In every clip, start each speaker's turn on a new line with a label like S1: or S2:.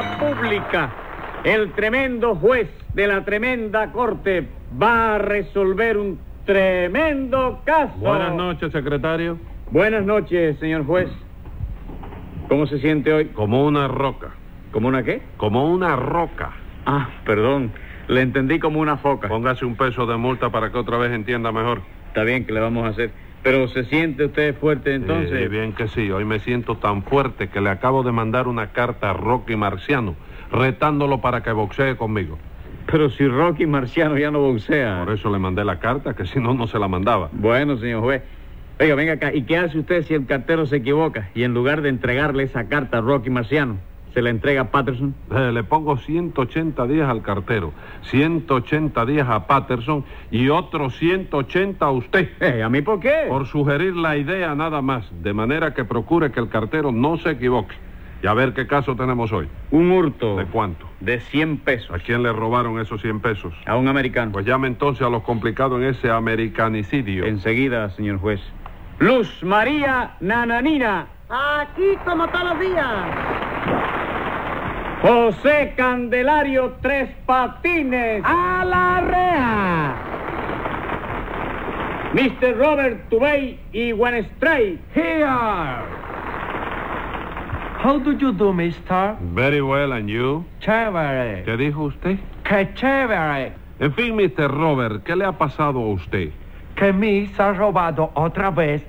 S1: República, el tremendo juez de la tremenda corte va a resolver un tremendo caso.
S2: Buenas noches, secretario.
S1: Buenas noches, señor juez. ¿Cómo se siente hoy?
S2: Como una roca.
S1: ¿Como una qué?
S2: Como una roca.
S1: Ah, perdón. Le entendí como una foca.
S2: Póngase un peso de multa para que otra vez entienda mejor.
S1: Está bien que le vamos a hacer. Pero se siente usted fuerte entonces.
S2: Eh, bien que sí, hoy me siento tan fuerte que le acabo de mandar una carta a Rocky Marciano, retándolo para que boxee conmigo.
S1: Pero si Rocky Marciano ya no boxea.
S2: Por eso le mandé la carta, que si no, no se la mandaba.
S1: Bueno, señor juez. Oiga, venga acá. ¿Y qué hace usted si el cartero se equivoca y en lugar de entregarle esa carta a Rocky Marciano, se la entrega a Patterson?
S2: Eh, le pongo 180 días al cartero, 180 días a Patterson y otros 180 a usted.
S1: Eh, ¿A mí por qué?
S2: Por sugerir la idea nada más, de manera que procure que el cartero no se equivoque. Y a ver qué caso tenemos hoy.
S1: Un hurto.
S2: ¿De cuánto?
S1: De 100
S2: ¿A
S1: pesos.
S2: quién le robaron esos 100 pesos?
S1: A un americano.
S2: Pues llame entonces a los complicados en ese americanicidio.
S1: Enseguida, señor juez. Luz María Nananina.
S3: Aquí como todos los días.
S1: José Candelario Tres Patines.
S3: A la rea.
S1: Mr. Robert Tubey y One Stray.
S4: Here. How do you do, mister?
S2: Very well, and you?
S4: Chévere.
S2: ¿Qué dijo usted?
S4: Que chévere.
S2: En fin, Mr. Robert, ¿qué le ha pasado a usted?
S4: Que me ha robado otra vez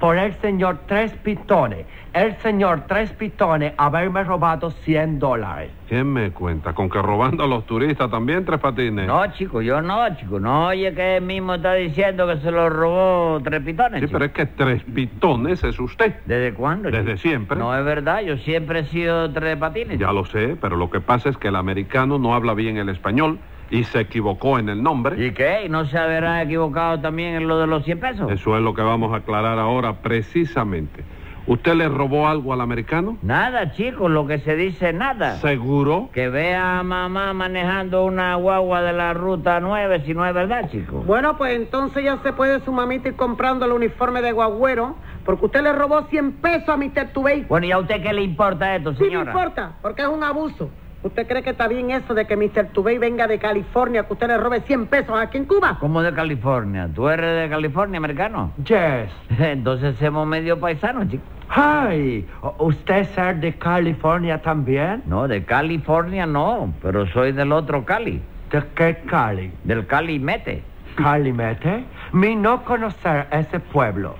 S4: por el señor Tres Pitones. El señor Tres Pitones haberme robado 100 dólares.
S2: ¿Quién me cuenta? ¿Con que robando a los turistas también, Tres Patines?
S5: No, chico, yo no, chico. No oye que él mismo está diciendo que se lo robó Tres Pitones.
S2: sí,
S5: chico.
S2: pero es que Tres Pitones es usted.
S5: ¿Desde cuándo?
S2: Desde
S5: chico?
S2: siempre.
S5: No es verdad, yo siempre he sido Tres Patines.
S2: Ya lo sé, pero lo que pasa es que el americano no habla bien el español y se equivocó en el nombre.
S5: ¿Y qué? ¿Y no se habrá equivocado también en lo de los 100 pesos?
S2: Eso es lo que vamos a aclarar ahora precisamente. ¿Usted le robó algo al americano?
S5: Nada, chico, lo que se dice nada.
S2: ¿Seguro?
S5: Que vea a mamá manejando una guagua de la ruta 9, si no es verdad, chico.
S3: Bueno, pues entonces ya se puede su mamita ir comprando el uniforme de guagüero, porque usted le robó 100 pesos a Mr. Tubey.
S5: Bueno, ¿y a usted qué le importa esto,
S3: Sí, no
S5: señora?
S3: importa, porque es un abuso. ¿Usted cree que está bien eso de que Mr. Tubey venga de California, que usted le robe 100 pesos aquí en Cuba?
S5: ¿Cómo de California? ¿Tú eres de California, americano?
S4: Yes.
S5: Entonces somos medio paisanos, chico.
S4: Hi. ¿Usted es el de California también?
S5: No, de California no, pero soy del otro Cali,
S4: ¿De qué Cali?
S5: del Cali Mete.
S4: Calimete. Mi no conocer ese pueblo.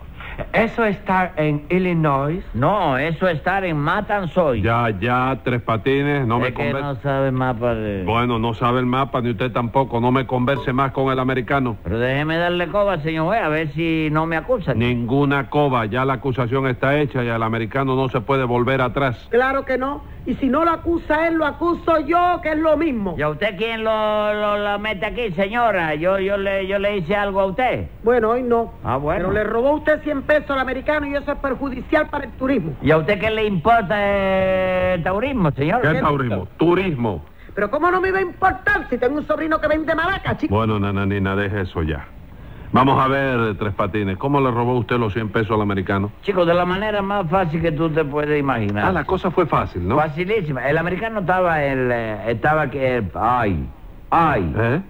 S4: Eso está en Illinois.
S5: No, eso es estar en Matanzoy.
S2: Ya, ya, Tres Patines, no
S5: Es
S2: me
S5: que
S2: conven-
S5: no sabe mapa de...
S2: Bueno, no sabe el mapa, ni usted tampoco. No me converse más con el americano.
S5: Pero déjeme darle coba, señor juez, a ver si no me acusan.
S2: Ninguna coba, ya la acusación está hecha y al americano no se puede volver atrás.
S3: Claro que no. Y si no lo acusa él, lo acuso yo, que es lo mismo.
S5: ¿Y a usted quién lo, lo- la mete aquí, señora? Yo, yo, le, yo le hice algo a usted.
S3: Bueno, hoy no.
S5: Ah, bueno.
S3: Pero le robó usted 100 pesos al americano y eso es perjudicial para el turismo.
S5: ¿Y a usted qué le importa eh, el taurismo, señor?
S2: ¿Qué taurismo? Turismo.
S3: Pero ¿cómo no me iba a importar si tengo un sobrino que vende maracas, chico?
S2: Bueno, nananina, deje eso ya. Vamos a ver, Tres Patines, ¿cómo le robó usted los 100 pesos al americano?
S5: Chico, de la manera más fácil que tú te puedes imaginar.
S2: Ah, la cosa fue fácil, ¿no?
S5: Facilísima. El americano estaba el eh, estaba que ay, ay.
S2: ¿Eh?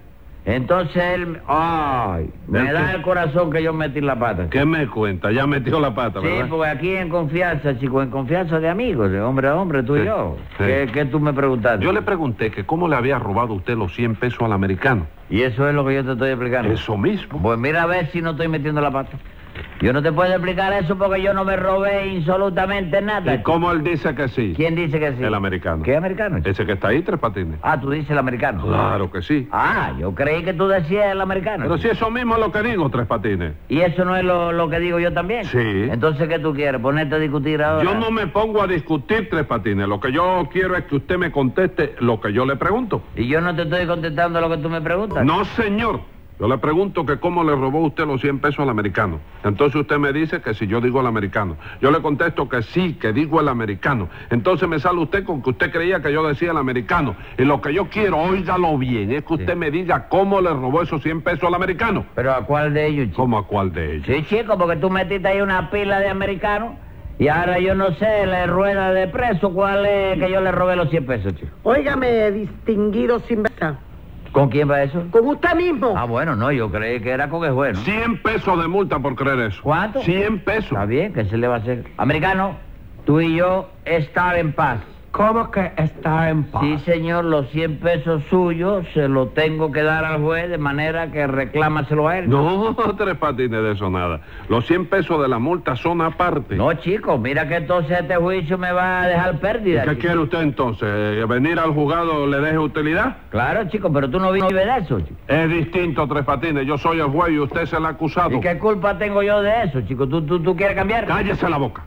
S5: Entonces él ay, me
S2: ¿El
S5: da
S2: qué?
S5: el corazón que yo metí la pata.
S2: ¿Qué me cuenta? Ya metió la pata,
S5: Sí,
S2: ¿verdad?
S5: porque aquí en confianza, chico, en confianza de amigos, de hombre a hombre, tú
S2: Sí,
S5: y yo.
S2: sí.
S5: ¿Qué, qué tú me preguntaste?
S2: Yo le pregunté que cómo le había robado usted los 100 pesos al americano.
S5: Y eso es lo que yo te estoy explicando.
S2: Eso mismo.
S5: Pues mira a ver si no estoy metiendo la pata. Yo no te puedo explicar eso porque yo no me robé absolutamente nada.
S2: ¿Y cómo él dice que sí?
S5: ¿Quién dice que sí?
S2: El americano.
S5: ¿Qué americano? chico?
S2: Ese que está ahí, Tres Patines.
S5: Ah, tú dices el americano.
S2: Claro que sí.
S5: Ah, yo creí que tú decías el americano.
S2: Pero si eso mismo es lo que digo, Tres Patines.
S5: ¿Y eso no es lo, lo que digo yo también?
S2: Sí.
S5: Entonces, ¿qué tú quieres? ¿Ponerte a discutir ahora?
S2: Yo no me pongo a discutir, Tres Patines. Lo que yo quiero es que usted me conteste lo que yo le pregunto.
S5: Y yo no te estoy contestando lo que tú me preguntas.
S2: No, señor. Yo le pregunto que cómo le robó usted los 100 pesos al americano. Entonces usted me dice que si yo digo al americano. Yo le contesto que sí, que digo el americano. Entonces me sale usted con que usted creía que yo decía el americano. Y lo que yo quiero, óigalo bien, es que usted me diga cómo le robó esos 100 pesos al americano.
S5: ¿Pero a cuál de ellos, chico?
S2: ¿Cómo a cuál de ellos?
S5: Sí, chico, porque tú metiste ahí una pila de americanos Y ahora yo no sé, la rueda de preso, ¿cuál es que yo le robé los 100 pesos, chico?
S3: Óigame, distinguido sin vergüenza.
S5: ¿Con quién va eso?
S3: Con usted mismo.
S5: Ah, bueno, no, yo creí que era con el juez, ¿no?
S2: 100 pesos de multa por creer eso.
S5: ¿Cuánto?
S2: 100 pesos.
S5: Está bien, ¿qué se le va a hacer? Americano, tú y yo estar en paz.
S4: ¿Cómo que está en paz?
S5: Sí, señor, los 100 pesos suyos se los tengo que dar al juez de manera que reclámaselo a él.
S2: No, tres patines de eso nada. Los 100 pesos de la multa son aparte.
S5: No, chico, mira que entonces este juicio me va a dejar pérdida.
S2: ¿Qué
S5: chico.
S2: quiere usted entonces? ¿Eh, ¿Venir al juzgado le deje utilidad?
S5: Claro, chico, pero tú no vives de eso, chico.
S2: Es distinto, Tres Patines. Yo soy el juez y usted es el acusado.
S5: ¿Y qué culpa tengo yo de eso, chico? ¿Tú, tú, tú quieres cambiar?
S2: Cállese la boca.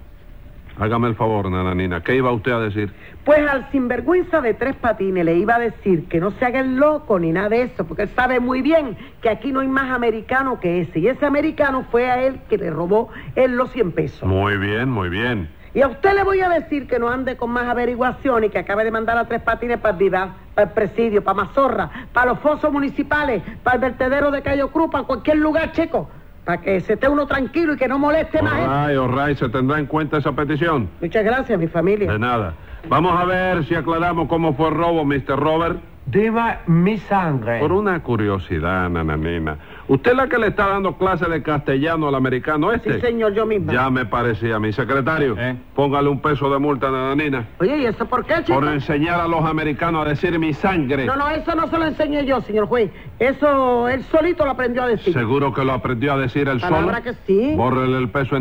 S2: Hágame el favor, nananina. ¿Qué iba usted a decir?
S3: Pues al sinvergüenza de tres patines le iba a decir que no se haga el loco ni nada de eso, porque él sabe muy bien que aquí no hay más americano que ese. Y ese americano fue a él que le robó él los 100 pesos.
S2: Muy bien, muy bien.
S3: Y a usted le voy a decir que no ande con más averiguaciones, que acabe de mandar a tres patines para Divar, para el presidio, para Mazorra, para los fosos municipales, para el vertedero de Cayo Cruz, para cualquier lugar, checo, para que se esté uno tranquilo y que no moleste más. gente.
S2: Ay, Orray, ¿se tendrá en cuenta esa petición?
S3: Muchas gracias, mi familia.
S2: De nada. Vamos a ver si aclaramos cómo fue el robo, Mr. Robert.
S4: Dime mi sangre.
S2: Por una curiosidad, nananina. ¿Usted es la que le está dando clase de castellano al americano este?
S3: Sí, señor, yo misma.
S2: Ya me parecía, mi secretario.
S1: ¿Eh?
S2: Póngale un peso de multa, nananina.
S3: Oye, ¿y eso por qué, chico?
S2: Por enseñar a los americanos a decir mi sangre.
S3: No, no, eso no se lo enseñé yo, señor juez. Eso él solito lo aprendió a decir.
S2: Seguro que lo aprendió a decir el sol.
S3: Palabra que sí.
S2: Bórrele el peso en